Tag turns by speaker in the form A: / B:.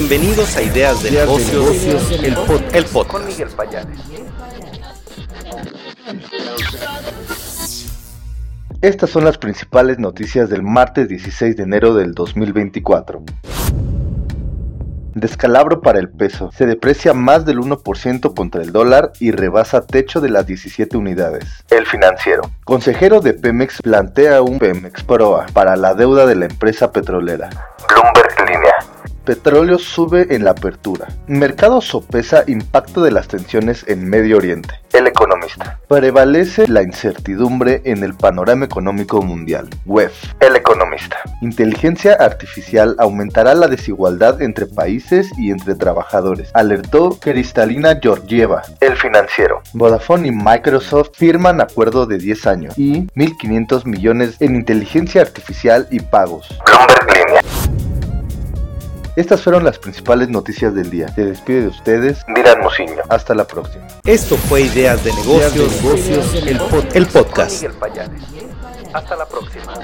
A: Bienvenidos a Ideas de
B: Ideas de
A: Negocios,
B: Negocios,
A: el,
B: el
A: pod- el podcast.
B: Estas son las principales noticias del martes 16 de enero del 2024. Descalabro para el peso. Se deprecia más del 1% contra el dólar y rebasa techo de las 17 unidades. El financiero. Consejero de Pemex plantea un Pemex Proa para la deuda de la empresa petrolera. Bloomberg Línea. Petróleo sube en la apertura. Mercado sopesa impacto de las tensiones en Medio Oriente. El economista. Prevalece la incertidumbre en el panorama económico mundial. WEF. El economista. Inteligencia artificial aumentará la desigualdad entre países y entre trabajadores. Alertó Cristalina Georgieva. El financiero. Vodafone y Microsoft firman acuerdo de 10 años y 1.500 millones en inteligencia artificial y pagos. Estas fueron las principales noticias del día. Se despide de ustedes, Miran Mociño. Hasta la próxima.
A: Esto fue Ideas de Negocios, el, pod- el podcast.
C: Hasta la próxima.